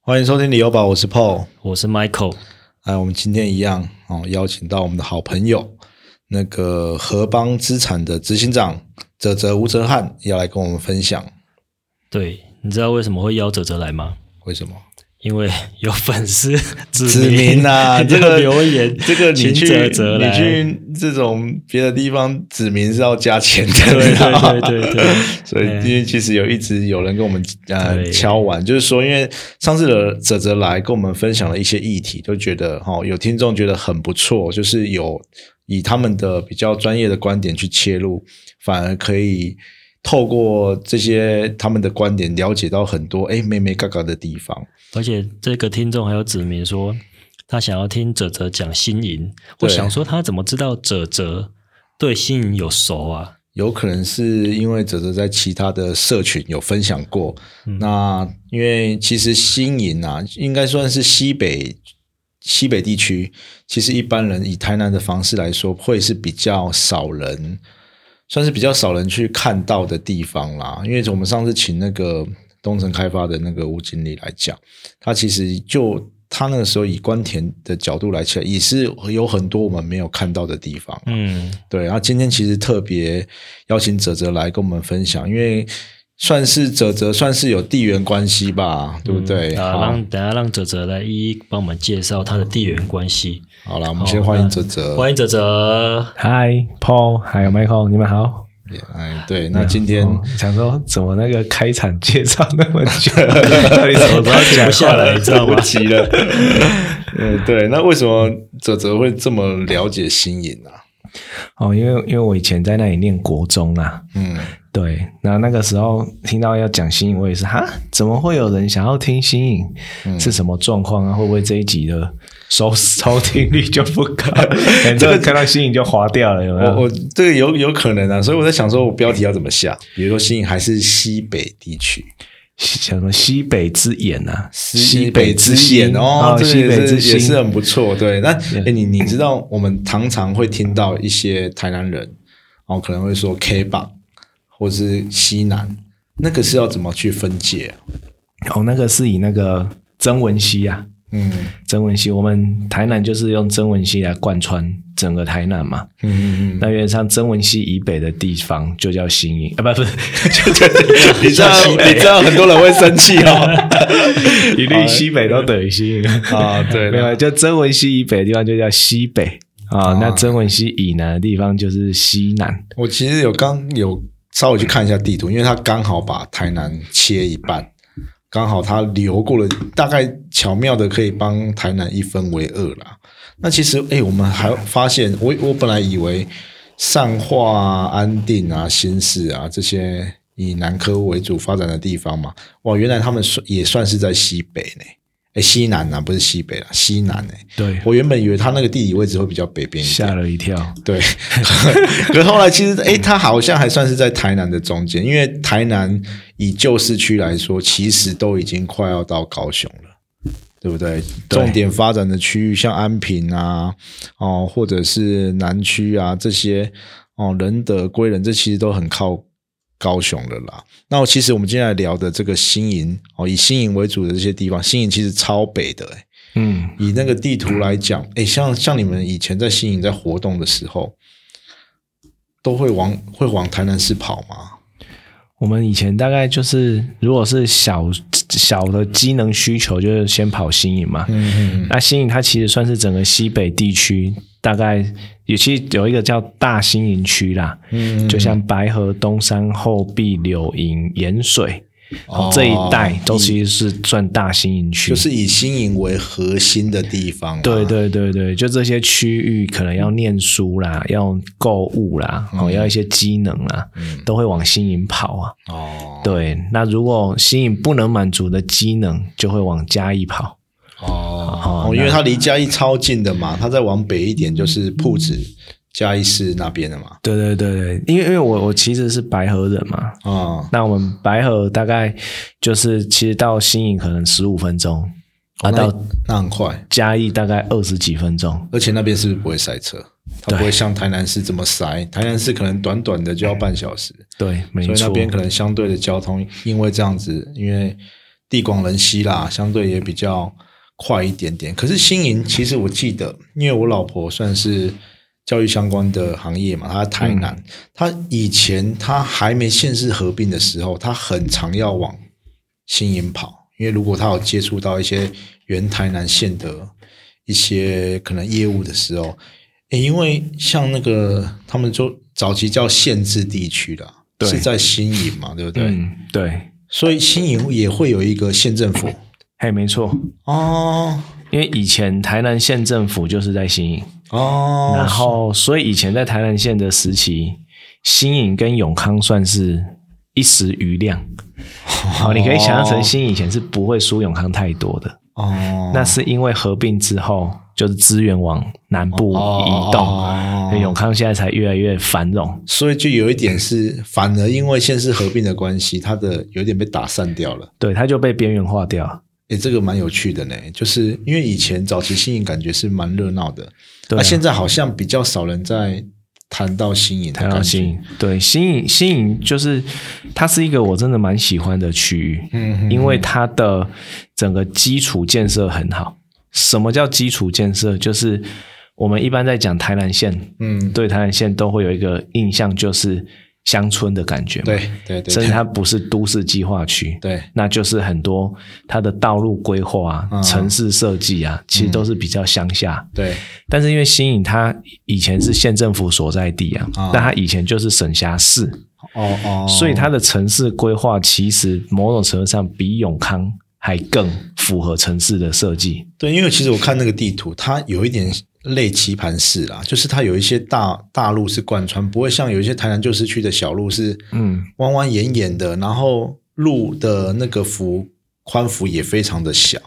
欢迎收听理由宝，我是 Paul。我是 Michael，哎，我们今天一样哦，邀请到我们的好朋友那个河邦资产的执行长泽泽吴泽汉，要来跟我们分享对，你知道为什么会邀哲哲来吗？为什么因为有粉丝指名 啊？这个留言，这个你请去哲哲你来，去这种别的地方指名是要加钱的，对你知道吗对对对哎对， 所以因为其实有一直有人跟我们呃对敲完，就是说，因为上次的泽泽来跟我们分享了一些议题，就觉得哈、哦、有听众觉得很不错，就是有以他们的比较专业的观点去切入，反而可以透过这些他们的观点了解到很多哎妹妹嘎嘎的地方。而且这个听众还有指明说他想要听哲哲讲新营，我对想说他怎么知道哲哲对新营有熟啊？有可能是因为泽泽在其他的社群有分享过，那因为其实新营啊，应该算是西北西北地区，其实一般人以台南的方式来说，会是比较少人，算是比较少人去看到的地方啦。因为我们上次请那个东城开发的那个吴经理来讲，他其实就他那个时候以关田的角度来讲，也是有很多我们没有看到的地方。嗯，对，然后今天其实特别邀请哲哲来跟我们分享，因为算是哲哲算是有地缘关系吧，对不对？啊，让等下让哲哲来一一帮我们介绍他的地缘关系。好，好了，我们先欢迎哲哲。欢迎哲哲，嗨，Paul，还有 Michael，你们好。哎，对，那今 天哦想说怎么那个开场介绍那么久， 到底怎么我停不下来，你知道吗？急了。呃，对，那为什么哲哲会这么了解新颖啊？哦，因为因为我以前在那里念国中啦，嗯，对，那那个时候听到要讲新颖，我也是哈，怎么会有人想要听新颖？嗯是什么状况啊？会不会这一集的收收听率就不 高？反正看到新颖就划掉了，有嗯没有？我我这个有有可能啊，所以我在想说，我标题要怎么下？比如说新颖还是西北地区？什么西北之眼啊，西北之眼哦，这个西也北是之也心是很不错。对，那哎，你你知道我们常常会听到一些台南人哦，可能会说 K 榜或是西南，那个是要怎么去分解啊？哦，那个是以那个曾文熙啊，嗯曾文熙，我们台南就是用曾文熙来贯穿整个台南嘛。嗯嗯嗯，那原则上，曾文熙以北的地方就叫新营啊，不不是，你知道你知道很多人会生气哦一律西北都等于新营。啊，对 没有，了，就曾文熙以北的地方就叫西北啊，啊那曾文熙以南的地方就是西南。我其实有刚有稍微去看一下地图，因为它刚好把台南切一半。刚好它流过了，大概巧妙的可以帮台南一分为二啦。那其实，哎、我们还发现，我我本来以为善化啊、安定啊、新市啊这些以南科为主发展的地方嘛，哇，原来他们算也算是在西北呢、哎、西南啊，不是西北啦，西南呢、对，我原本以为它那个地理位置会比较北边一点吓，了一跳。对， 可是后来其实，哎、它好像还算是在台南的中间，因为台南以旧市区来说，其实都已经快要到高雄了，对不对？对重点发展的区域，像安平啊，哦，或者是南区啊这些，哦，仁德、归仁，这其实都很靠高雄了啦。那我其实我们今天来聊的这个新营，哦，以新营为主的这些地方，新营其实超北的、诶欸嗯，以那个地图来讲，哎，像像你们以前在新营在活动的时候，都会往会往台南市跑吗？我们以前大概就是，如果是小小的机能需求，就是先跑新营嘛。嗯那新营它其实算是整个西北地区，大概有其实有一个叫大新营区啦，嗯就像白河、东山、后壁、柳营、盐水、哦这一带，都其实是算大新营区。就是以新营为核心的地方、对，对对对，就这些区域可能要念书啦，要购物啦，哦，嗯要一些机能啦，都会往新营跑啊。哦对，那如果新颖不能满足的机能，就会往嘉义跑。哦哦因为它离嘉义超近的嘛，它再往北一点就是铺子嘉义市那边的嘛。对对对对，因为因为我我其实是白河人嘛，啊、那我们白河大概就是其实到新颖可能十五分钟，哦啊那到那很快，嘉义大概二十几分钟。而且那边是不是不会塞车？它不会像台南市这么塞，台南市可能短短的就要半小时。对，没所以那错，边可能相对的交通，因为这样子，因为地广人稀啦，相对也比较快一点点。可是新营其实我记得，因为我老婆算是教育相关的行业嘛，她在台南，嗯她以前她还没县市合并的时候，她很常要往新营跑，因为如果她有接触到一些原台南县的一些可能业务的时候，诶因为像那个他们就早期叫县治地区啦，对是在新营嘛，对不对？嗯，对，所以新营也会有一个县政府嘿，没错，哦因为以前台南县政府就是在新营，哦，然后所以以前在台南县的时期，新营跟永康算是一时余量。好，你可以想象成新营以前是不会输永康太多的，哦，那是因为合并之后，就是资源往南部移动，哦所以永康现在才越来越繁荣。所以就有一点是，反而因为县市合并的关系，它的有点被打散掉了。对，它就被边缘化掉。诶，这个蛮有趣的呢，就是因为以前早期新营感觉是蛮热闹的，对那、啊现在好像比较少人在谈到新营的台感湾觉新营，对新营，新营就是它是一个我真的蛮喜欢的区域，嗯哼因为它的整个基础建设很好。什么叫基础建设？就是我们一般在讲台南县，嗯，对台南县都会有一个印象，就是乡村的感觉嘛，对对甚对至它不是都市计划区，对，那就是很多它的道路规划啊、嗯城市设计啊，其实都是比较乡下。对但是因为新营它以前是县政府所在地啊，啊那它以前就是省辖市，哦哦，所以它的城市规划其实某种程度上比永康还更符合城市的设计。对，因为其实我看那个地图，它有一点类棋盘式啦，就是它有一些大大路是贯穿，不会像有一些台南旧市区的小路是嗯，弯弯延延的，然后路的那个幅宽幅也非常的小。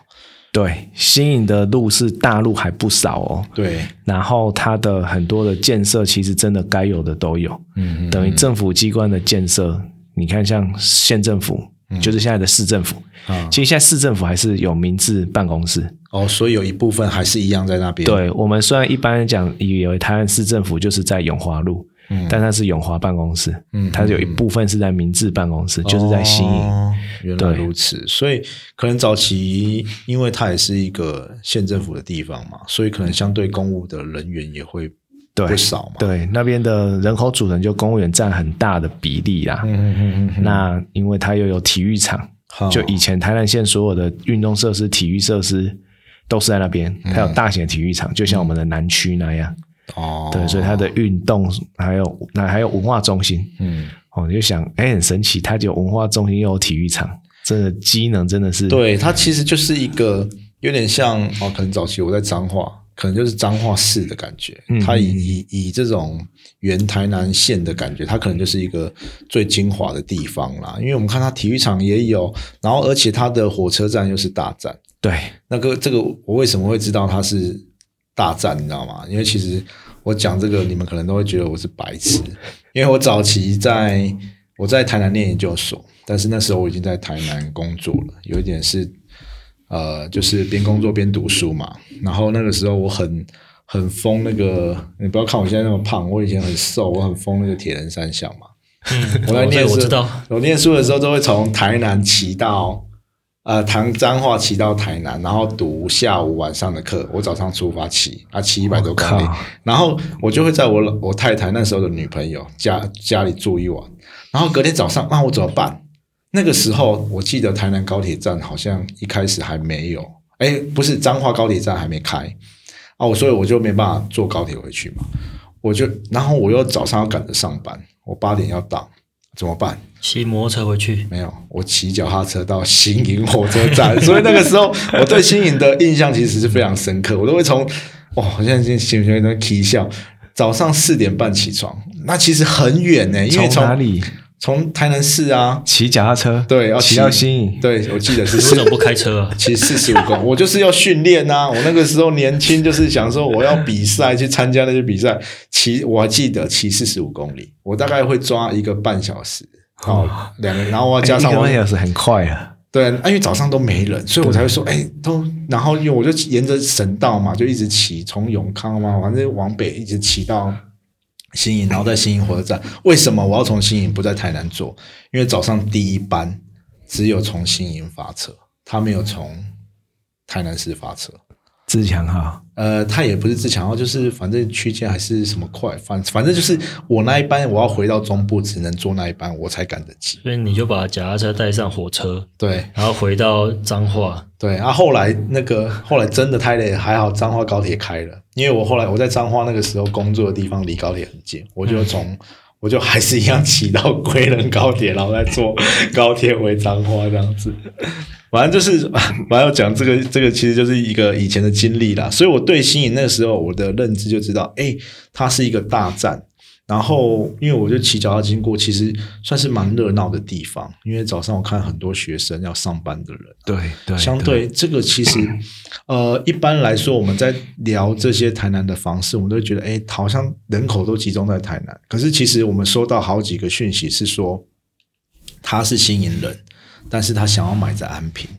对，新营的路是大路还不少哦，对，然后它的很多的建设其实真的该有的都有。嗯等于政府机关的建设，你看像县政府，就是现在的市政府，嗯啊，其实现在市政府还是有民治办公室。哦，所以有一部分还是一样在那边。，对我们虽然一般讲以为台湾市政府就是在永华路，嗯但它是永华办公室，嗯它有一部分是在民治办公室，就是在新营。哦原来对如此，所以可能早期，因为它也是一个县政府的地方嘛，所以可能相对公务的人员也会对不少嘛。对，那边的人口组成就公务员占很大的比例啦。嗯嗯嗯嗯那因为它又有体育场，好就以前台南县所有的运动设施、体育设施都是在那边，嗯它有大型的体育场，就像我们的南区那样。哦，对，所以它的运动还有那还有文化中心嗯，哦，你就想，哎，很神奇，它就有文化中心又有体育场，真的机能真的是对，它其实就是一个有点像哦，可能早期我在彰化，可能就是彰化市的感觉。嗯它以以以这种原台南县的感觉，它可能就是一个最精华的地方啦。因为我们看它体育场也有，然后而且它的火车站又是大站。对那个这个我为什么会知道它是大战，你知道吗？因为其实我讲这个，你们可能都会觉得我是白痴，因为我早期在我在台南念研究所，但是那时候我已经在台南工作了，有一点是呃，就是边工作边读书嘛。然后那个时候我很很疯那个，你不要看我现在那么胖，我以前很瘦，我很疯那个铁人三项嘛。嗯，我在念对书，我知道，哦我念书的时候都会从台南骑到呃，唐彰化骑到台南，然后读下午晚上的课。我早上出发骑，啊，骑一百多公里我靠，然后我就会在我老我太太那时候的女朋友家家里住一晚，然后隔天早上，那、我怎么办？那个时候我记得台南高铁站好像一开始还没有，哎，不是彰化高铁站还没开啊，我所以我就没办法坐高铁回去嘛。我就，然后我又早上要赶着上班，我八点要到，怎么办？骑摩托车回去， 没有，我骑脚踏车到新营火车站， 所以那个时候我对新营的印象其实是非常深刻。我都会从哇，我现在已经行不行在啼笑。早上四点半起床，那其实很远呢、因为从从哪里从台南市啊，骑脚踏车，对，要骑到新营，对我记得是你为四 什么不开车啊？其实四十五公，我就是要训练呐、我那个时候年轻，就是想说我要比赛，去参加那些比赛。骑，我还记得骑四十五公里，我大概会抓一个半小时，哦，两个，然后我要加上哎一个我半小时很快啊，对，啊因为早上都没人，所以我才会说，哎、都，然后因为我就沿着省道嘛，就一直骑，从永康嘛，反正往北一直骑到新营，然后在新营火车站。为什么我要从新营不在台南坐？因为早上第一班只有从新营发车，他没有从台南市发车，自强啊号，呃，他也不是自强号，就是反正区间还是什么快，反反正就是我那一班我要回到中部，只能坐那一班，我才赶得及。所以你就把脚踏车带上火车，对然后回到彰化，对，啊，后来那个后来真的太累了，还好彰化高铁开了，因为我后来我在彰化那个时候工作的地方离高铁很近，我就从、我就还是一样骑到归仁高铁，然后再坐高铁回彰化这样子。反正就是，我要讲这个，这个其实就是一个以前的经历啦。所以我对新颖那个时候我的认知就知道，哎，它是一个大站。然后因为我就骑脚踏经过，其实算是蛮热闹的地方。因为早上我看很多学生要上班的人，对对，相对这个其实，呃，一般来说我们在聊这些台南的房市，我们都会觉得，哎，好像人口都集中在台南。可是其实我们收到好几个讯息是说，他是新营人，但是他想要买在安平，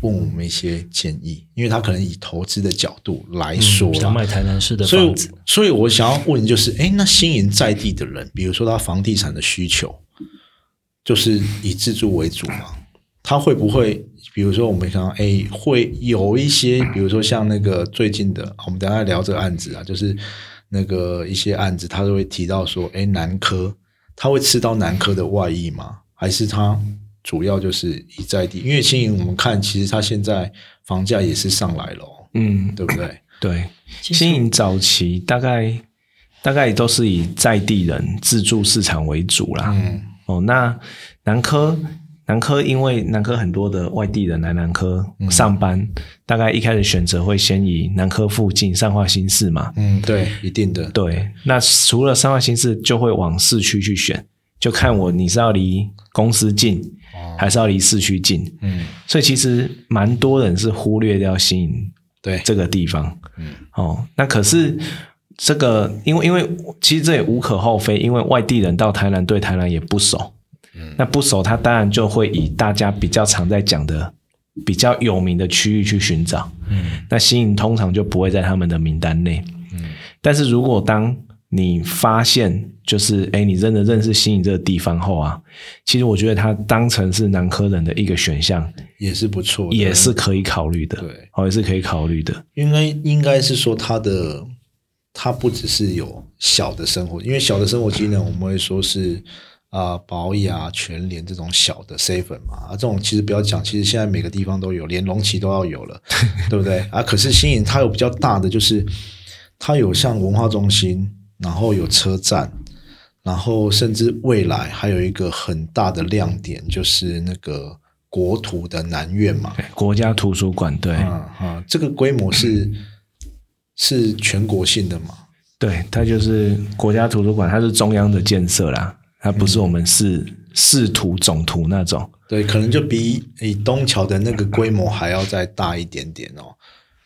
问我们一些建议，因为他可能以投资的角度来说啦、嗯想买台南市的啊所以房子，，所以我想要问的就是，哎，那新营在地的人，比如说他房地产的需求，就是以自住为主嘛？他会不会，比如说我们想，哎，会有一些，比如说像那个最近的，啊我们等一下聊这个案子啊，就是那个一些案子，他都会提到说，哎，南科，他会吃到南科的外溢吗？还是他主要就是以在地？因为新营我们看，其实它现在房价也是上来了哦，嗯，对不对？对，其实新营早期大概大概都是以在地人自住市场为主啦。嗯哦，那南科南科因为南科很多的外地人来南科上班，大概一开始选择会先以南科附近上化新市嘛。嗯，对，一定的。对，那除了上化新市，就会往市区去选，就看我你是要离公司近，还是要离市区近。嗯，所以其实蛮多人是忽略掉新营对，这个地方。嗯哦，那可是这个，因为因为其实这也无可厚非，因为外地人到台南对台南也不熟，嗯那不熟，他当然就会以大家比较常在讲的。比较有名的区域去寻找，嗯那新营通常就不会在他们的名单内。嗯但是如果当你发现就是哎、诶你真的认识新营这个地方后啊，其实我觉得它当成是南科人的一个选项，也是不错的，也是可以考虑的。对，哦，也是可以考虑的。应该应该是说它的它不只是有小的生活，因为小的生活机能我们会说是啊、保雅、全联这种小的 seven 嘛，啊这种其实不要讲，其实现在每个地方都有，连龙旗都要有了，对不对？啊，可是新营它有比较大的，就是它有像文化中心，然后有车站。然后，甚至未来还有一个很大的亮点，就是那个国土的南院嘛，国家图书馆，对、啊啊，这个规模是是全国性的嘛？对，它就是国家图书馆，它是中央的建设啦，它不是我们市、市图总图那种。对，可能就比比东桥的那个规模还要再大一点点哦。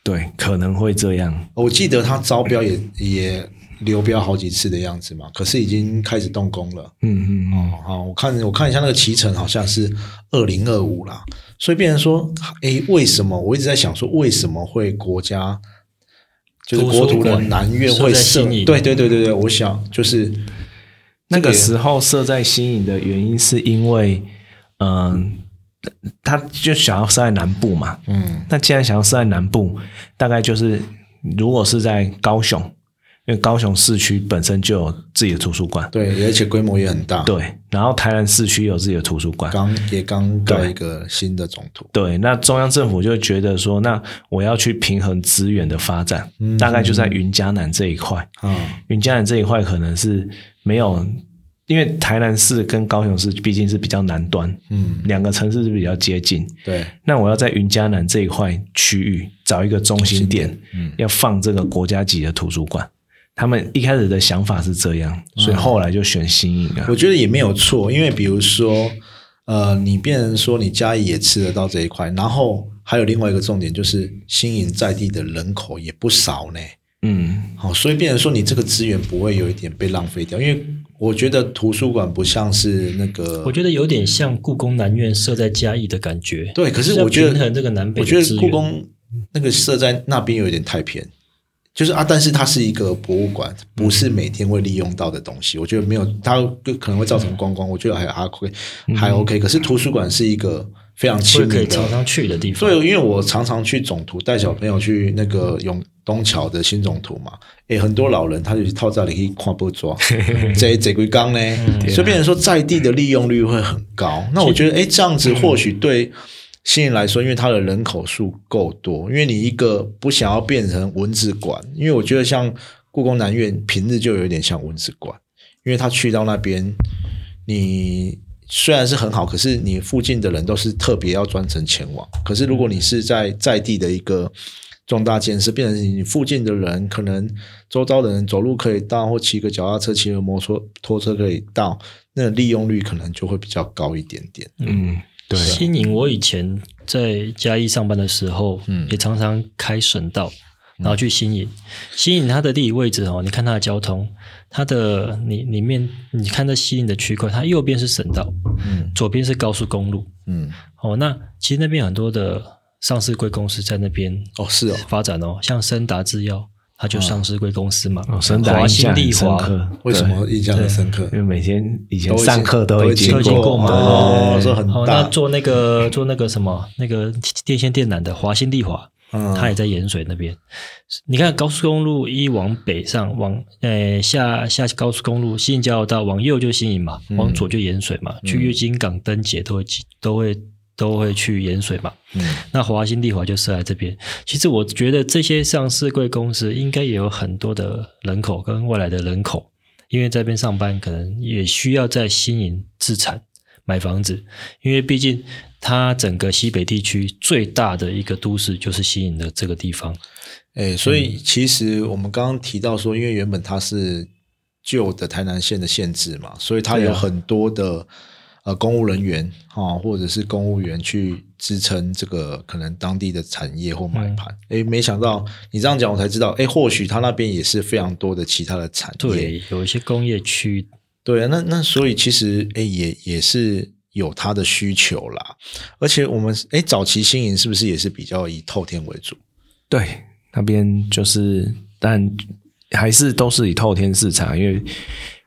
对，可能会这样。我记得它招标也也流标好几次的样子嘛，可是已经开始动工了。嗯嗯嗯，哦，好，我看我看一下那个骑程好像是二零二五啦，所以变成说，诶，为什么我一直在想说，为什么会国家就是图国书土的馆南院设会在设？新营对对对对对，我想就是那个也时候设在新营的原因是因为，嗯、他就想要设在南部嘛。嗯那既然想要设在南部，大概就是如果是在高雄，因为高雄市区本身就有自己的图书馆，对，而且规模也很大。对，然后台南市区有自己的图书馆， 刚也刚盖对一个新的总图，对，那中央政府就觉得说，那我要去平衡资源的发展，嗯大概就在云嘉南这一块。啊，云嘉南这一块可能是没有，因为台南市跟高雄市毕竟是比较南端，嗯，两个城市是比较接近。对，嗯那我要在云嘉南这一块区域找一个中心点，嗯要放这个国家级的图书馆。他们一开始的想法是这样，所以后来就选新颖啊我。觉得也没有错，因为比如说，呃，你变成说你嘉义也吃得到这一块，然后还有另外一个重点就是新营在地的人口也不少呢，嗯，好、所以变成说你这个资源不会有一点被浪费掉，因为我觉得图书馆不像是那个，我觉得有点像故宫南院设在嘉义的感觉。对，可就是要我觉得平衡这个南北我的觉资得源故宫那个设在那边有点太偏，就是啊，但是它是一个博物馆，不是每天会利用到的东西。我觉得没有，它可能会造成观光，我觉得还还 OK，还 OK。可是图书馆是一个非常或亲者嗯可以民的常。常去的地方。对，因为我常常去总图带小朋友去那个永东桥的新总图嗯嘛，诶，很多老人他就是套在里去看不抓，嗯这这归缸呢，啊所以变成说在地的利用率会很高。那我觉得，诶，这样嗯子或许对新人来说，因为它的人口数够多，因为你一个不想要变成文字馆，因为我觉得像故宫南院平日就有点像文字馆，因为他去到那边，你虽然是很好，可是你附近的人都是特别要专程前往。可是如果你是在在地的一个重大建设，变成你附近的人可能周遭的人走路可以到，或骑个脚踏车、骑个摩托拖车可以到，那利用率可能就会比较高一点点。嗯，对，新营，我以前在嘉义上班的时候，嗯也常常开省道，然后去新营。新营它的地理位置哦，你看它的交通，它的你里面，你看这新营的区块，它右边是省道，嗯左边是高速公路。嗯，哦，那其实那边很多的上市贵公司在那边哦是哦，发展哦，像森达制药，它就上市贵公司嘛，哦，深达华印新象丽很深华。刻，为什么印象很深刻对？因？为每天以前都已经上课都都已经都已经过过嘛嘛，哦对说很哦大那做那个做那个什么那个电线电缆的华新丽华，嗯它也在盐水那边。你看高速公路一往北上，往呃下下高速公路新营交流道往右就新营嘛，嗯往左就盐水嗯嘛，去月经港灯节都会去都会都会去盐水嘛。嗯那华新丽华就设在这边。其实我觉得这些上市贵公司应该也有很多的人口跟未来的人口，因为在这边上班可能也需要在新营自产买房子，因为毕竟它整个西北地区最大的一个都市就是新营的这个地方。哎、所以其实我们刚刚提到说，因为原本它是旧的台南县的县制嘛，所以它对啊有很多的、呃公务人员哈、或者是公务员去支撑这个可能当地的产业或买盘。哎、没想到你这样讲，我才知道，哎、或许它那边也是非常多的其他的产业。对，有一些工业区，对啊，那那所以其实诶也也是有它的需求啦，而且我们诶早期新营是不是也是比较以透天为主？对，那边就是，但还是都是以透天市场，因为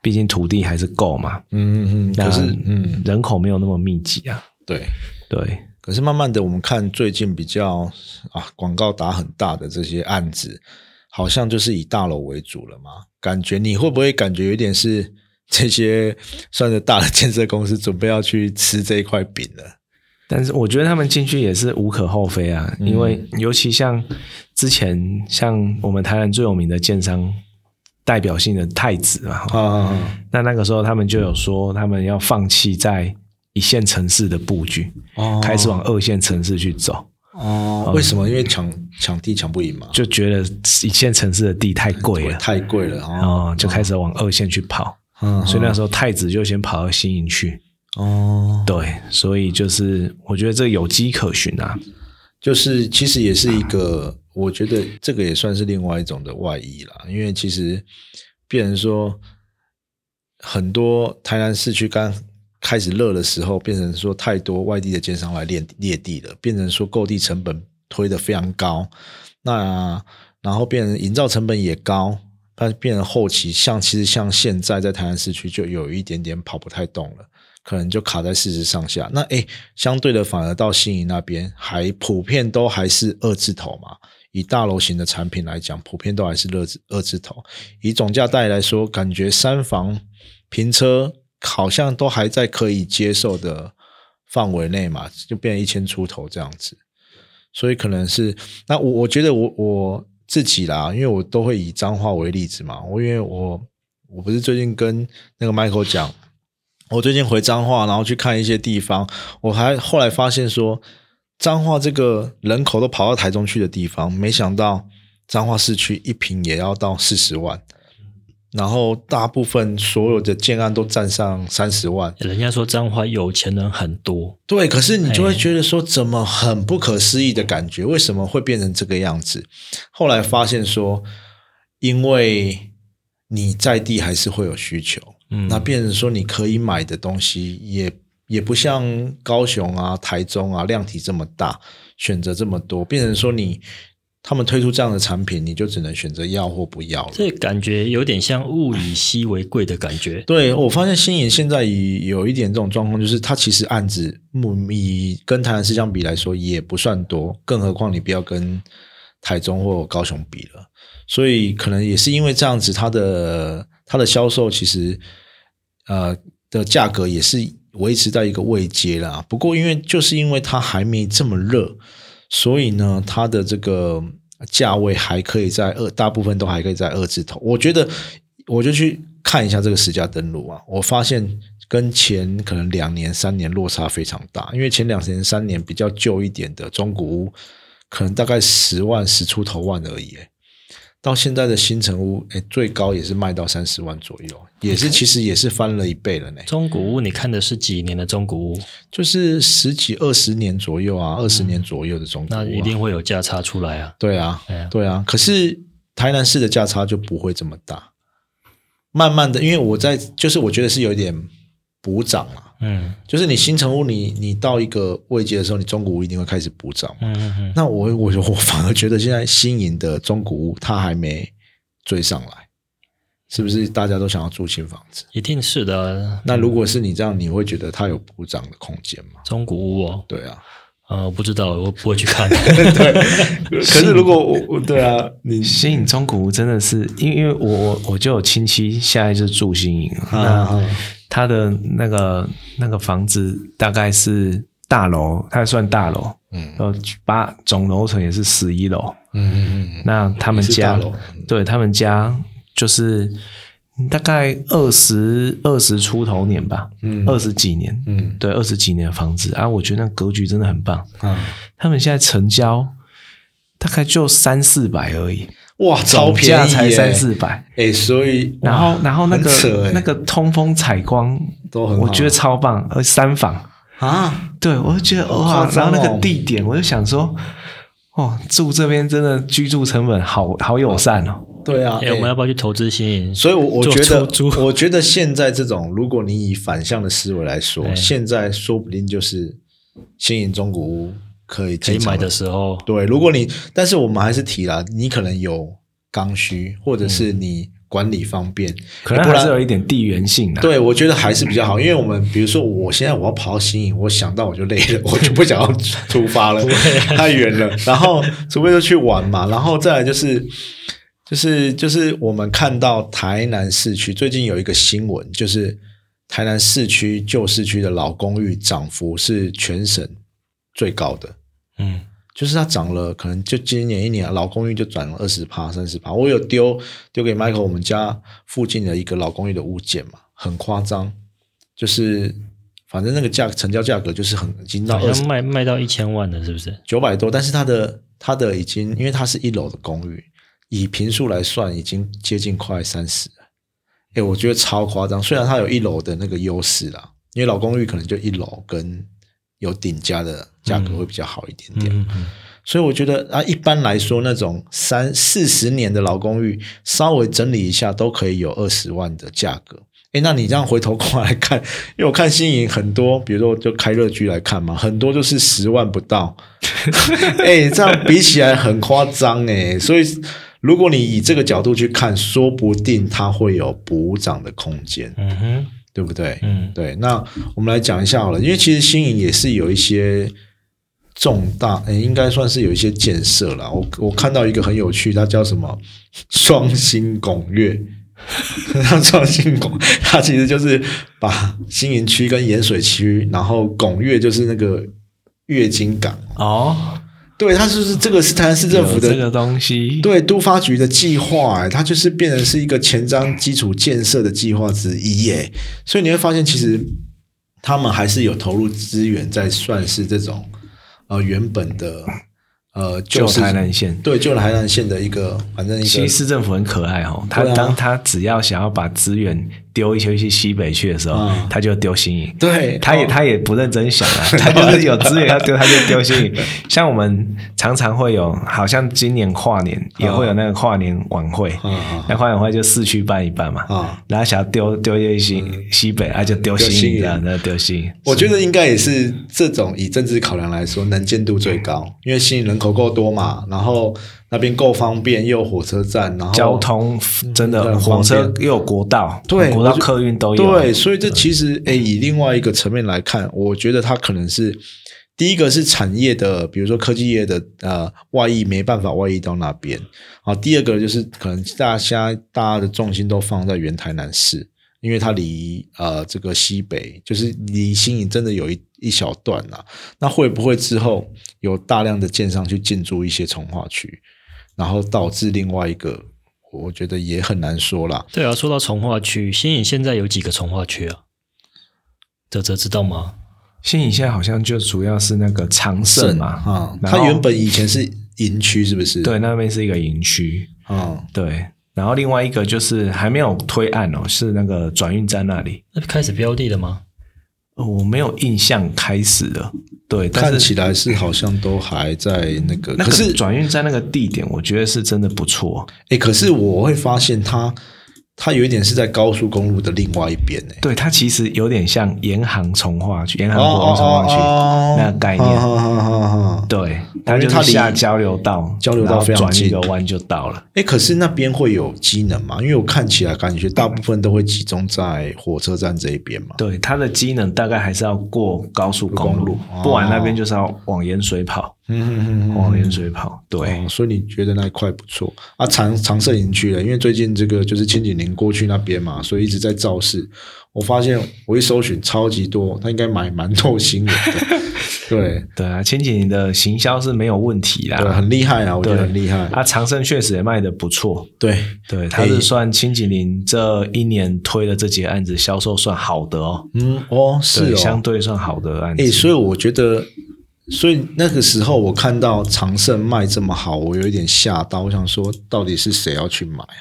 毕竟土地还是够嘛。嗯嗯嗯，可是嗯人口没有那么密集啊。对，对，可是慢慢的我们看最近比较啊广告打很大的这些案子，好像就是以大楼为主了嘛，感觉你会不会感觉有点是这些算是大的建设公司准备要去吃这一块饼了？但是我觉得他们进去也是无可厚非啊，嗯因为尤其像之前像我们台湾最有名的建商代表性的太子嘛，啊那那个时候他们就有说他们要放弃在一线城市的布局，哦开始往二线城市去走，哦，为什么？因为抢抢地抢不赢嘛，就觉得一线城市的地太贵了。太贵了哦，哦，就哦开始往二线去跑，嗯所以那时候太子就先跑到新营去，哦，对，所以就是我觉得这有迹可循啊，就是其实也是一个，我觉得这个也算是另外一种的外衣啦，因为其实，变成说很多台南市区刚开始热的时候，变成说太多外地的建商来列列地了，变成说购地成本推得非常高，那然后变成营造成本也高。但是变成后期，像其实像现在在台南市区就有一点点跑不太动了。可能就卡在四十上下。那诶，相对的反而到新营那边还普遍都还是二字头嘛。以大楼型的产品来讲，普遍都还是二字二字头。以总价带来说，感觉三房平车好像都还在可以接受的范围内嘛，就变一千出头这样子。所以可能是那我我觉得我我自己啦，因为我都会以脏话为例子嘛。我因为我我不是最近跟那个 Michael 讲，我最近回彰化，然后去看一些地方，我还后来发现说，彰化这个人口都跑到台中去的地方，没想到彰化市区一平也要到四十万。然后大部分所有的建案都占上三十万，人家说彰化有钱人很多，对，可是你就会哎觉得说，怎么很不可思议的感觉？为什么会变成这个样子？后来发现说，因为你在地还是会有需求，嗯那变成说你可以买的东西也也不像高雄啊、台中啊量体这么大，选择这么多，变成说你他们推出这样的产品，你就只能选择要或不要了。这感觉有点像物以稀为贵的感觉。对我发现新颖现在也有一点这种状况，就是它其实案子目以跟台南市相比来说也不算多，更何况你不要跟台中或高雄比了。所以可能也是因为这样子，它的它的销售其实呃的价格也是维持在一个位阶啦。不过因为就是因为它还没这么热，所以呢，它的这个价位还可以在二，大部分都还可以在二字头。我觉得我就去看一下这个实价登录啊，我发现跟前可能两年、三年落差非常大，因为前两年、三年比较旧一点的中古屋，可能大概十万、十出头万而已、欸到现在的新城屋，哎，最高也是卖到三十万左右，也是其实也是翻了一倍了呢。中古屋，你看的是几年的中古屋？就是十几二十年左右啊，二十年左右的中古屋啊、嗯那一定会有价差出来啊。对啊哎呀，对啊。可是台南市的价差就不会这么大，慢慢的，因为我在就是我觉得是有一点补涨了、嗯就是你新城屋你，你到一个位阶的时候，你中古屋一定会开始补涨嘛。嗯嗯嗯，那我我我反而觉得现在新颖的中古屋它还没追上来，是不是大家都想要住新房子？一定是的。啊那如果是你这样，你会觉得它有补涨的空间吗？中古屋哦，对啊，呃，我不知道，我不会 去看。哎可是如果我我对啊，你新颖中古屋真的是，因为因为我我我就有亲戚现在就住新颖，啊那他的那个那个房子大概是大楼，他算大楼，嗯呃，八总楼层也是十一楼，嗯嗯嗯，那他们也是家大楼对他们家就是大概二十二十出头年吧，嗯二十几年，嗯对，二十几年的房子啊，我觉得那格局真的很棒。啊，他们现在成交大概就三四百而已，哇，超总便价宜才耶三四百。哎，所以然后，然后那很扯个欸那个通风采光都很好我觉得超棒，呃，三房，啊，对我就觉得好哇夸，张然哦后那个地点，我就想说，哦，住这边真的居住成本好好友善哦，对啊，哎，我们哎要不要去投资新颖？所以我，我做觉出租得，我觉得现在这种，如果你以反向的思维来说，对现在说不定就是新颖中古屋可以可进以场买的时候，对，如果你，但是我们还是提啦，你可能有刚需，或者嗯是你管理方便，可能不还然是有一点地缘性的、啊对，我觉得还是比较好，因为我们比如说，我现在我要跑到新颖，我想到我就累了， 我就不想要出发了，太远了。然后除非就去玩嘛，然后再来就是就是就是我们看到台南市区最近有一个新闻，就是台南市区旧市区的老公寓涨幅是全省最高的。嗯，就是它涨了，可能就今年一年老公寓就涨了二十趴、三十趴。我有丢丢给 Michael 我们家附近的一个老公寓的物件嘛，很夸张，就是反正那个价成交价格就是很已经到好二十像卖卖到一千万了，是不是？九百多，但是它的它的已经因为它是一楼的公寓，以平数来算已经接近快三十了。哎，我觉得超夸张，虽然它有一楼的那个优势啦，因为老公寓可能就一楼跟有顶加的价格会比较好一点点。嗯嗯所以我觉得啊，一般来说，那种三四十年的老公寓，稍微整理一下都可以有二十万的价格。诶，那你这样回头过来看， 因为我看新颖很多，比如说我就开乐居来看嘛，很多就是十万不到。 诶，这样比起来很夸张诶。所以如果你以这个角度去看，说不定它会有补涨的空间，嗯哼，对不对？嗯，对，那我们来讲一下好了，因为其实新颖也是有一些重大，诶应该算是有一些建设啦。我我看到一个很有趣，它叫什么 “双星拱月”。 它创新拱，它其实就是把新营区跟盐水区，然后拱月就是那个月经港。哦，对，它就是这个是台南市政府有的这个东西，对都发局的计划、哎，它就是变成是一个前瞻基础建设的计划之一耶。所以你会发现，其实他们还是有投入资源在算是这种呃原本的呃旧是台南县。对旧台南县的一个反正一其个实市政府很可爱哦，他对啊当他只要想要把资源丢一些去西北去的时候嗯，他就丢新营。对，哦他也他也不认真想 啊，他就是有资源要丢，他就丢新颖。像我们常常会有，好像今年跨年嗯也会有那个跨年晚会，啊啊那跨年晚会就市区办一办嘛，啊！然后想要丢丢一些西西北，啊就丢嗯丢新新颖颖这样，那丢新颖。我觉得应该也是这种以政治考量来说，能见度最高，因为吸引人口够多嘛，然后那边够方便，又有火车站，然后嗯交通真的很方火便车又有国道，对国我道就客运都有，对，所以这其实诶，以另外一个层面来看，我觉得它可能是第一个是产业的，比如说科技业的呃外溢没办法外溢到那边啊。第二个就是可能大家现在大家的重心都放在原台南市，因为它离呃这个西北就是离新营真的有一一小段啦、那会不会之后有大量的建商去进驻一些从化区，然后导致另外一个？我觉得也很难说啦，对啊，说到从化区，新颖现在有几个从化区啊？泽泽知道吗？新颖现在好像就主要是那个长盛嘛，啊，然后它原本以前是营区，是不是？对那边是一个营区，啊，对，然后另外一个就是还没有推案哦，是那个转运站那里，那开始标的了吗？呃我没有印象开始的，对，但看是起来是好像都还在那个，那可个是转运站那个地点，我觉得是真的不错，哎，可是我会发现它，它有一点是在高速公路的另外一边诶。对，它其实有点像沿航从化区，沿航哦哦国道从化区、哦，那个概念，哈哈哈哈。对，因它为就它是离下交流道，交流道然后非常转一近个弯就到了。哎，可是那边会有机能吗？因为我看起来感觉大部分都会集中在火车站这一边嘛。对，它的机能大概还是要过高速公路，哦公路不然那边哦就是要往盐水跑，嗯嗯往盐水跑。对，哦，所以你觉得那一块不错啊？长长盛营区了，因为最近这个就是千禧年过去那边嘛，所以一直在造势。我发现我一搜寻超级多，他应该买蛮透新闻的， 对对啊，前几年的行销是没有问题对，啦。很厉害啊，我觉对得很厉害。啊，长盛确实也卖的不错，对，对，它诶是算清景林这一年推的这几个案子销售算好的哦，嗯，哦，是对哦，相对算好的案子。诶，所以我觉得，所以那个时候我看到长盛卖这么好，我有一点吓到，我想说到底是谁要去买啊？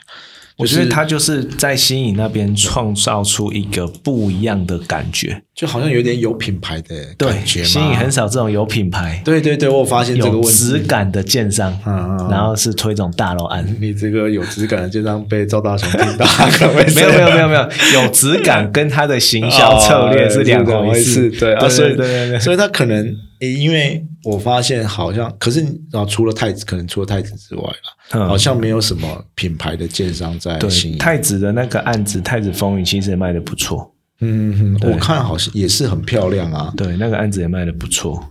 我觉得它就是在新颖那边创造出一个不一样的感觉，就好像有点有品牌的感觉嘛。新颖很少这种有品牌、对对对，我有发现这个有问题。质感的建商，嗯嗯然后是推这种大楼案。你这个有质感的就让被赵大雄听 到，可能会哦没有没有没有没有，有质感跟它的行销策略哦是两回事。对啊，对所以对对对，所以他可能诶因为我发现好像，可是啊，除了太子，可能除了太子之外啦，嗯好像没有什么品牌的建商在新对营。太子的那个案子《太子风云》其实也卖的不错，嗯，嗯嗯我看好像也是很漂亮啊。对，那个案子也卖的不错。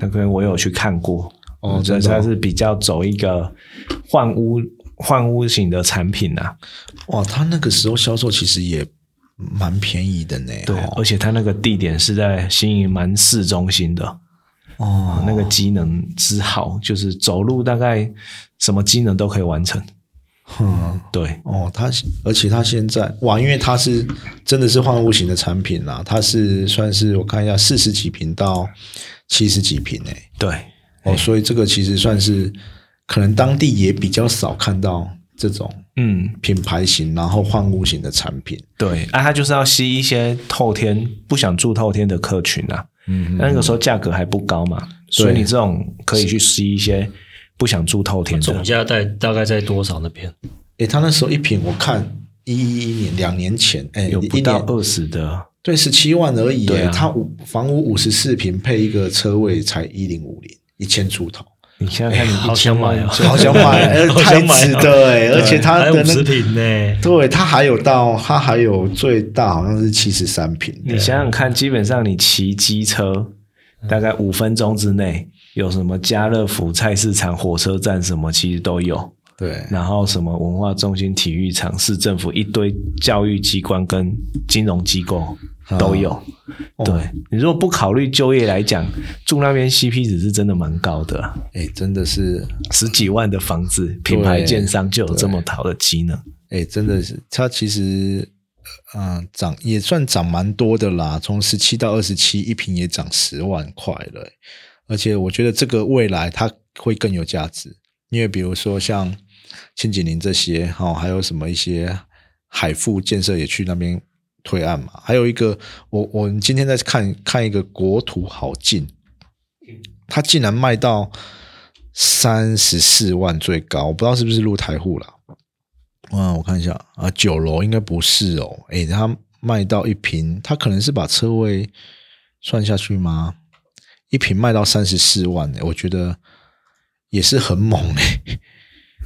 那个我有去看过，哦所真以的哦它是比较走一个换屋换屋型的产品啊，哇，他那个时候销售其实也蛮便宜的呢。对，而且它那个地点是在新营蛮市中心的。哦，那个机能之好，就是走路大概什么机能都可以完成。嗯。对，哦，它而且它现在哇，因为它是真的是换物型的产品啦，它是算是我看一下四十几平到七十几平诶、对，哎哦，所以这个其实算是可能当地也比较少看到这种嗯，品牌型然后换物型的产品，对啊，它就是要吸一些透天不想住透天的客群啊。嗯，那个时候价格还不高嘛，所以你这种可以去吸一些不想住透啊天总的。价带大概在多少那边？诶，它那时候一平我看一一年两年前，诶，有不一到年二十的，对十七万而已、对诶，啊它五房屋五十四平配一个车位才一零五零一千出 头。你现在看你哎好1000想买万哦啊就好想买，呃 好太想买啊值得哎、而且它还的五那个，十平呢，对，它还有到，它还有最大好像是七十三平的，你想想看，基本上你骑机车大概五分钟之内，有什么家乐福、菜市场、火车站什么，其实都有。对，然后什么文化中心、体育场、市政府一堆教育机关跟金融机构啊都有。哦对你如果不考虑就业来讲，住那边 CP 值是真的蛮高的啊、哎、真的是，十几万的房子，品牌建商就有这么好的机能。哎、真的是，它其实，嗯、涨也算涨蛮多的啦，从十七到二十七，一平也涨十万块了欸、而且我觉得这个未来它会更有价值，因为比如说像千景林这些，哈、哦，还有什么一些海富建设也去那边推案嘛，还有一个我我们今天在看看一个国土好近，它竟然卖到三十四万最高，我不知道是不是露台户啦。嗯，我看一下啊，九楼应该不是哦，诶，它卖到一平，它可能是把车位算下去吗？一平卖到三十四万、诶我觉得也是很猛哎、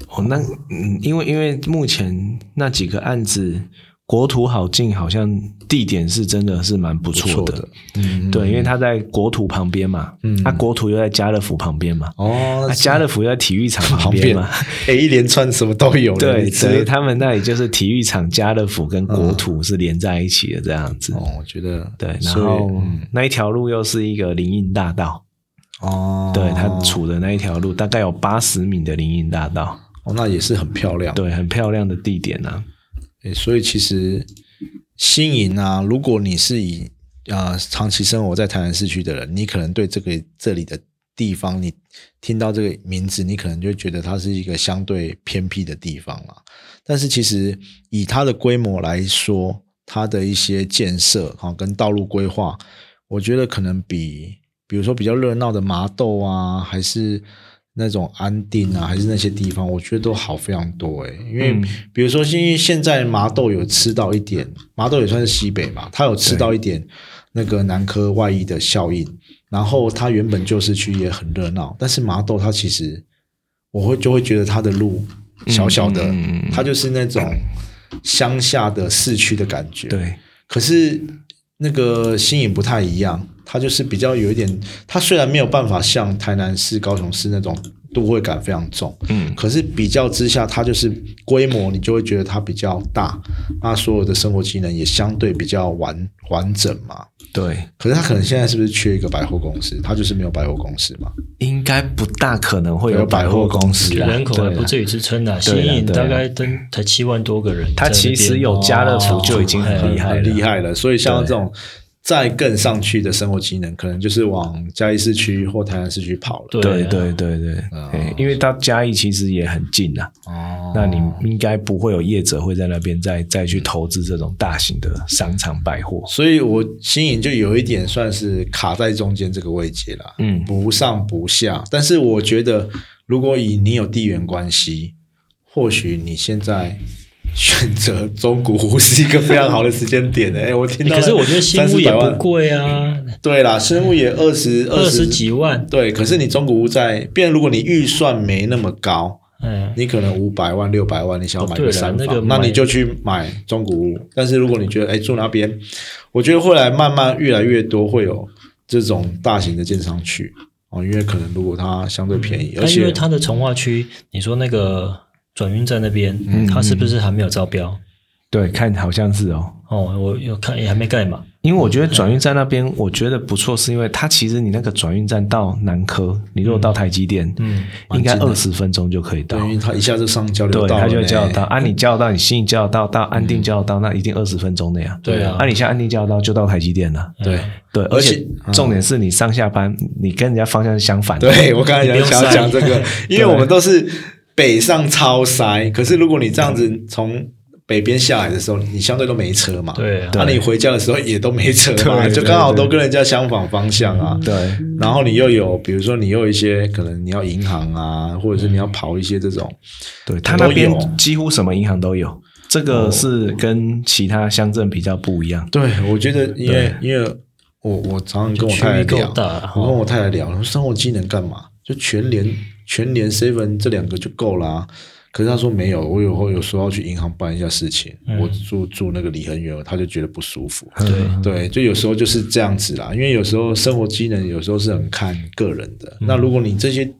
哦，那嗯，因为因为目前那几个案子，国土好近，好像地点是真的是蛮不不 错错的。的，嗯，对，因为它在国土旁边嘛，嗯，啊，国土又在家乐福旁边嘛，哦，啊，家乐福又在体育场旁旁边边嘛，哎，一连串什么都有了，对，你所以这他们那里就是体育场、家乐福跟国土是连在一起的这样子。嗯哦，我觉得对，然所以后、嗯那一条路又是一个林荫大道，哦，对，它处的那一条路大概有八十米的林荫大道，哦，那也是很漂亮，对，很漂亮的地点啊。对，所以其实新营啊，如果你是以啊、呃长期生活在台南市区的人，你可能对这个这里的地方，你听到这个名字，你可能就觉得它是一个相对偏僻的地方啦。但是其实以它的规模来说，它的一些建设哈、跟道路规划，我觉得可能比比如说比较热闹的麻豆啊，还是那种安定啊，还是那些地方，我觉得都好非常多诶、因为嗯比如说，因为现在麻豆有吃到一点，麻豆也算是西北嘛，它有吃到一点那个南科外溢的效应。然后它原本旧市区也很热闹，但是麻豆它其实我会就会觉得它的路小小的，嗯嗯嗯嗯它就是那种乡下的市区的感觉。对，可是那个新颖不太一样，它就是比较有一点，它虽然没有办法像台南市、高雄市那种都会感非常重，嗯，可是比较之下，它就是规模，你就会觉得它比较大，那所有的生活机能也相对比较完完整嘛。对，可是它可能现在是不是缺一个百货公司？它就是没有百货公司嘛？应该不大可能会有有百百货货公公司啊司啦，人口还对不啦至于支撑啊，新对啦颖对大啦概登才七万多个人在那边，哦哎它其实有家乐福就已经很厉害很啊了，厉害了。所以像这种再更上去的生活机能，可能就是往嘉义市区或台南市区跑了。对对啊对对对，哎因为到嘉义其实也很近啊，哦那你应该不会有业者会在那边再再去投资这种大型的商场百货。所以我新颖就有一点算是卡在中间这个位阶啦，嗯不上不下。但是我觉得，如果以你有地缘关系，或许你现在选择中古屋是一个非常好的时间点诶、哎我听欸到可了，是我觉得新三屋四也百不万，贵啊，对啦，生物也二十二十，几万，对。可是你中古屋在，变，如果你预算没那么高，嗯，你可能五百万、六百万，你想要买哦对个啦三那房，个那买你就去买中古屋。但是如果你觉得哎住那边，我觉得后来慢慢越来越多会有这种大型的建商去哦，因为可能如果它相对便宜，而那因为且嗯它的从化区，你说那个转运站那边，嗯它是不是还没有招标？对，看好像是哦，哦，我有看也还没盖嘛，因为我觉得转运站那边我觉得不错，是因为它其实你那个转运站到南科，你如果到台积电，嗯，应该二十分钟就可以到对，。因为它一下就上交流对，道了它呢，就叫得到，啊，你叫得到，你新叫得到，到安定叫得嗯到，那一定二十分钟内啊。对啊啊，你像安定叫得到，就到台积电了。对。嗯对，而而且嗯且重点是你上下班，你跟人家方向是相反啊的。对 我刚才你不想用想要塞讲这个，因为我们都是北上超塞，可是如果你这样子从北边下来的时候，你相对都没车嘛，对啊那、你回家的时候也都没车嘛，对就刚好都跟人家相反方向啊。对，然后你又有，比如说你又有一些可能你要银行啊，或者是你要跑一些这种，对，它那都有哦边几乎什么银行都有，这个是跟其他乡镇比较不一样。对我觉得因为因为我我常常跟我区太太域够聊，大哦哈我跟我太太聊，我说生活机能干嘛？就全联、全联、seven 这两个就够啦、可是她说没有，我有后有说要去银行办一下事情，嗯我住住那个离很远，她就觉得不舒服。对，嗯对，就有时候就是这样子啦，因为有时候生活机能有时候是很看个人的。嗯那如果你这些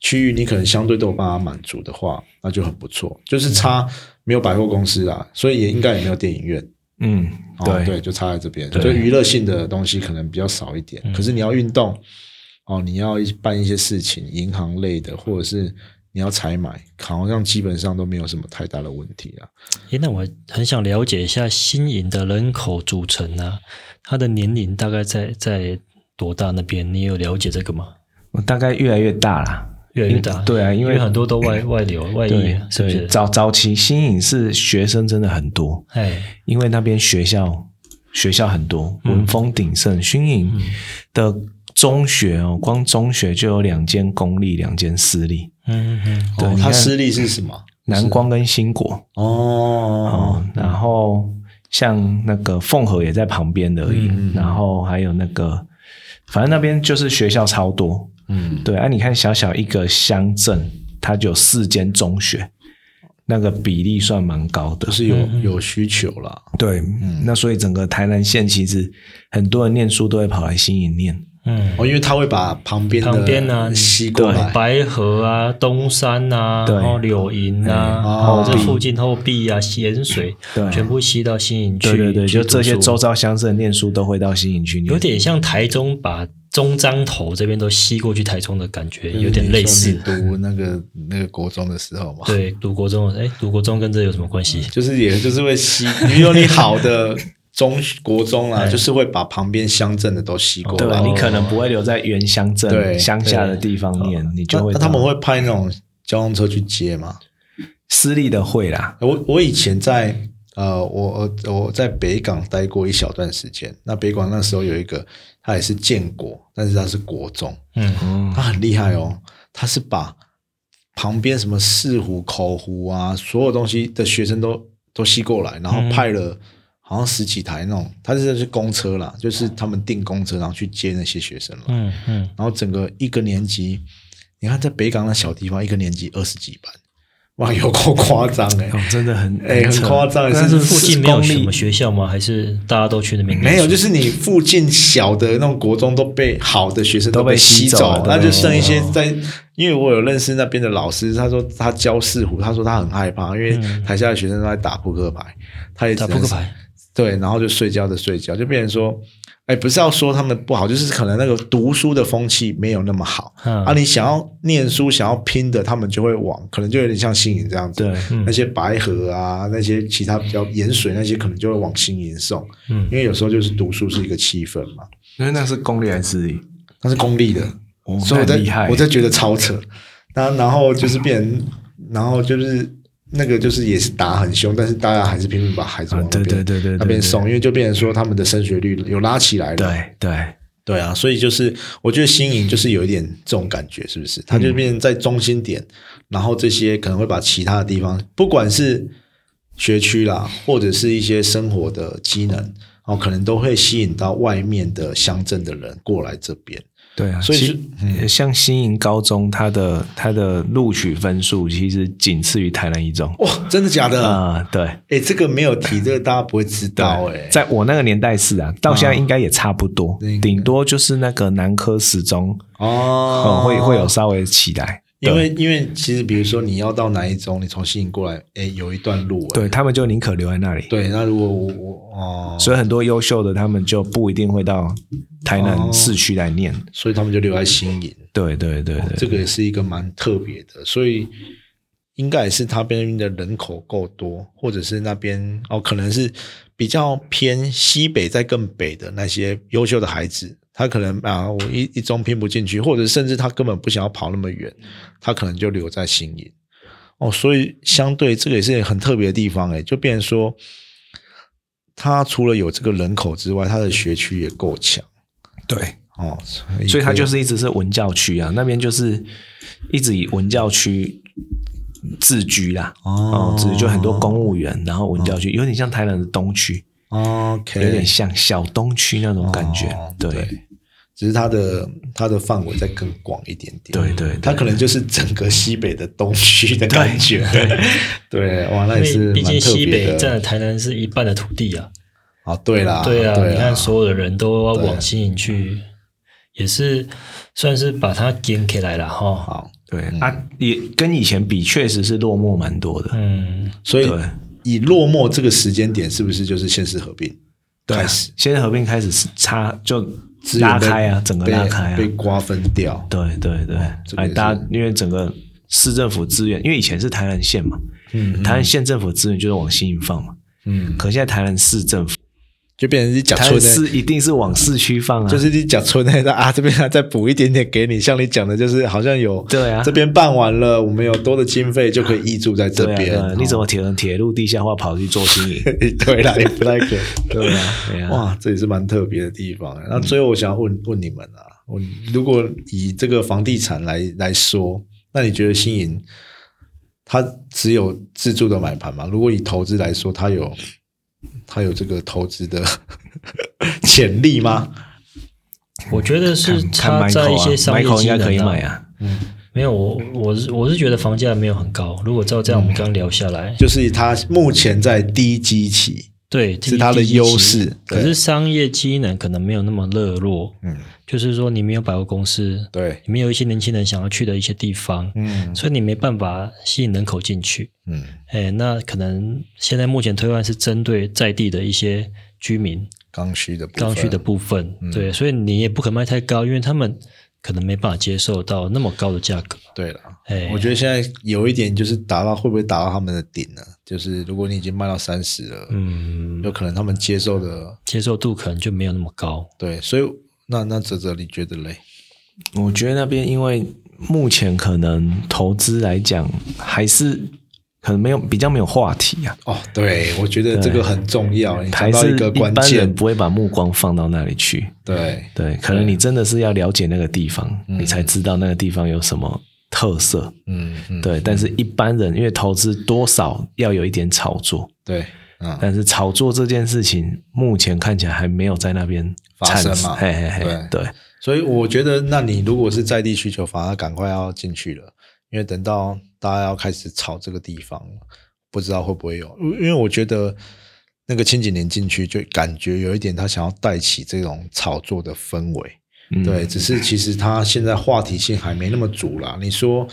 区域你可能相对都有办法满足的话，那就很不错。就是差没有百货公司啦，所以也应该也没有电影院。嗯，哦对，嗯对，就差在这边，就娱乐性的东西可能比较少一点。可是你要运动，哦，你要一办一些事情，银行类的，或者是你要采买，好像基本上都没有什么太大的问题啊。诶，那我很想了解一下新营的人口组成啊，它的年龄大概在在多大那边？你有了解这个吗？我大概越来越大啦。越来越大，对啊因因为很多都外外流外溢啊对，，是不对是？早早期新颖是学生真的很多，哎，因为那边学校学校很多，文风鼎盛，新颖嗯的中学哦，光中学就有两间公立，两间私立，嗯嗯嗯，对哦，你它看私立是什么？南光跟新国哦，哦，嗯然后像那个凤和嗯也在旁边而已，然后还有那个，反正那边就是学校超多，嗯，对啊，你看小小一个乡镇，它就有四间中学，那个比例算蛮高的就。是有嗯有需求啦。对，那所以整个台南县其实很多人念书都会跑来新营念。嗯，哦，因为他会把旁边的旁边啊吸过来，白河啊，东山啊，对哎哦然后柳营啊，嗯然后这后壁附近后壁啊、盐水对，全部吸到新营去。对对对，去就这些读书周遭乡镇念书都会到新营去念。有点像台中把中彰头这边都吸过去台中的感觉，就是有点类你似。说你读那个那个国中的时候嘛，对，读国中，哎，读国中跟这有什么关系？就是也就是会吸，比如你好的中国中啦，哎就是会把旁边乡镇的都吸过对吧？来。你可能不会留在原乡对镇、乡下的地方念，你就那会那到。他们会派那种交通车去接吗？私立的会啦，我我以前在呃，我我我在北港待过一小段时间。那北港那时候有一个，他也是建国，但是他是国中，嗯，嗯，他很厉害哦，他是把旁边什么四湖、口湖啊，所有东西的学生都都吸过来，然后派了好像十几台那种，他这是公车啦，就是他们订公车，然后去接那些学生嘛。嗯嗯，然后整个一个年级，你看在北港那小地方，一个年级二十几班，哇，有够夸张哎、哦真的很哎很扯夸张但是是不附是近没有公立什么学校吗？还是大家都去那边念书？没有，就是你附近小的那种国中都被好的学生都被被吸吸走了那对就剩一些在。因为我有认识那边的老师，他说他教四胡，他说他很害怕，因为台下的学生都在打扑克牌，他也只打能扑克牌。对，嗯然后就睡觉的睡觉，就变成说，哎，不是要说他们不好，就是可能那个读书的风气没有那么好、嗯啊。你想要念书、想要拼的，他们就会往，可能就有点像新营这样子。对嗯那些白河啊，那些其他比较盐水那些，可能就会往新营送。嗯因为有时候就是读书是一个气氛嘛，因为那是公立还是私立？它是公立的，哦所以我那在很厉害我在觉得超扯。那然后就是变成，然后就是那个就是也是打很凶，但是大家还是拼命把孩子往那啊对边、对对对对那边送，因为就变成说他们的升学率有拉起来了。对对，对啊，所以就是我觉得新颖就是有一点这种感觉，是不是？嗯它就变成在中心点，然后这些可能会把其他的地方，不管是学区啦，或者是一些生活的机能，哦，可能都会吸引到外面的乡镇的人过来这边。对啊，所以其是呃像新营高中，它的它的录取分数其实仅次于台南一中哇，真的假的？哦啊、对。哎、这个没有提，这个大家不会 知道哎、在我那个年代是啊，到现在应该也差不多嗯，顶、多就是那个南科十中，哦哦，会会有，稍微起来，因为因为其实比如说你要到哪一中，你从新营过来，哎、有一段路、哎，对他们就宁可留在那里。对，那如果我我哦，所以很多优秀的他们就不一定会到台哦南市区来念。所以他们就留在新营。对对对对，这个也是一个蛮特别的，所以应该也是他边的人口够多，或者是那边哦，可能是比较偏西北，在更北的那些优秀的孩子，他可能啊，我一一中拼不进去，或者甚至他根本不想要跑那么远，他可能就留在新营。哦，所以相对这个也是很特别的地方，欸诶，就变成说，他除了有这个人口之外，他的学区也够强对，哦，所以它可就是一直是文教区啊，那边就是一直以文教区自居啦。哦哦，自居就很多公务员，然后文教区有点像台南的东区， OK，有点像小东区那种感觉哦。对只是它的它的范围再更广一点点。对对对它可能就是整个西北的东区的感觉。 对，哇，那也因是为毕蛮竟特西北别占了的。台南是一半的土地啊，啊，对啦，对啊，对你看所有的人都要往新营去，也是算是把它捡起来了哈。好，对啊，也跟以前比，确实是落寞蛮多的。嗯，所以对以落寞这个时间点，是不是就是县市合并对开啊，始？现在合并开始是差就资源拉被开啊，整个被拉开啊，被瓜分掉。对对对，这个也哎，是大家因为整个市政府资源，因为以前是台南县嘛，嗯台南县政府资源就是往新营放嘛，嗯，啊可现在台南市政府，就变成是假台村南的。市一定是往市区放啊，就是你讲村内的啊，这边还再补一点点给你，像你讲的，就是好像有对啊这边办完了，我们有多的经费就可以挹注在这对啊对边。哦啊，你怎么铁铁路地下化跑去做新营？ 对啦，也不 太可能。对啊，对啊，哇，这也是蛮特别的地方。啊那最后我想要问问你们啊，我如果以这个房地产来来说，那你觉得新营它只有自住的买盘吗？如果以投资来说，它有 它有这个投资的潜力吗？我觉得是看差 Michael 在一啊些商业，Michael 机应该能、可以买。啊。没有，我我是我是觉得房价没有很高。如果照这样我们刚聊下来，就是它目前在低基期，对，是它的第一优期势可对是商业机能可能没有那么热络。嗯，就是说你没有百货公司，对，你没有一些年轻人想要去的一些地方，嗯所以你没办法吸引人口进去。嗯，哎，那可能现在目前推案是针对在地的一些居民刚需的部分嗯刚需的部分，对，所以你也不可能卖太高，因为他们可能没办法接受到那么高的价格。对了，哎我觉得现在有一点就是达到会不会达到他们的顶呢？就是如果你已经卖到三十了，嗯，有可能他们接受的接受度可能就没有那么高。对，所以那那泽泽你觉得嘞？我觉得那边因为目前可能投资来讲还是可能没有比较没有话题啊，哦，对，我觉得这个很重要，你还讲到是一个关般人键，不会把目光放到那里去。对，对，可能你真的是要了解那个地方，你才知道那个地方有什么特色。嗯嗯，对，但是一般人因为投资多少要有一点炒作，对，嗯，但是炒作这件事情目前看起来还没有在那边发产生生嘛嘿嘿嘿，对所以我觉得，那你如果是在地需求，反而赶快要进去了，因为等到大家要开始炒这个地方了，不知道会不会有。因为我觉得那个千禧年进去，就感觉有一点他想要带起这种炒作的氛围。嗯对，只是其实它现在话题性还没那么足啦。你说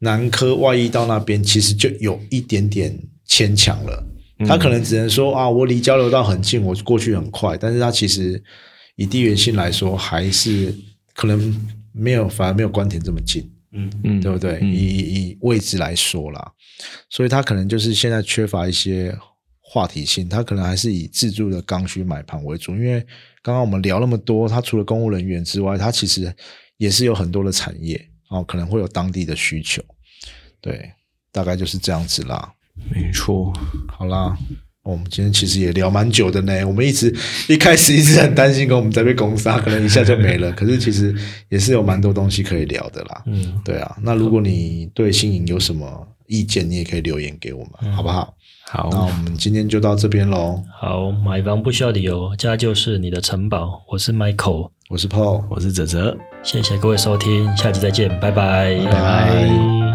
南科外溢到那边，其实就有一点点牵强了。嗯他可能只能说啊，我离交流道很近，我过去很快，但是它其实以地缘性来说，还是可能没有，反而没有关田这么近。嗯对不对？以以以位置来说啦，所以他可能就是现在缺乏一些话题性，他可能还是以自住的刚需买盘为主。因为刚刚我们聊那么多，他除了公务人员之外，他其实也是有很多的产业哦，可能会有当地的需求。对，大概就是这样子啦。没错，好啦。哦我们今天其实也聊蛮久的呢，我们一直一开始一直很担心，跟我们在被攻杀，可能一下就没了。可是其实也是有蛮多东西可以聊的啦。嗯，对啊，那如果你对新颖有什么意见，你也可以留言给我们，好不好？好，那我们今天就到这边喽。好，买房不需要理由，家就是你的城堡。我是 Michael，我是 Paul，我是哲哲。谢谢各位收听，下期再见，拜拜拜拜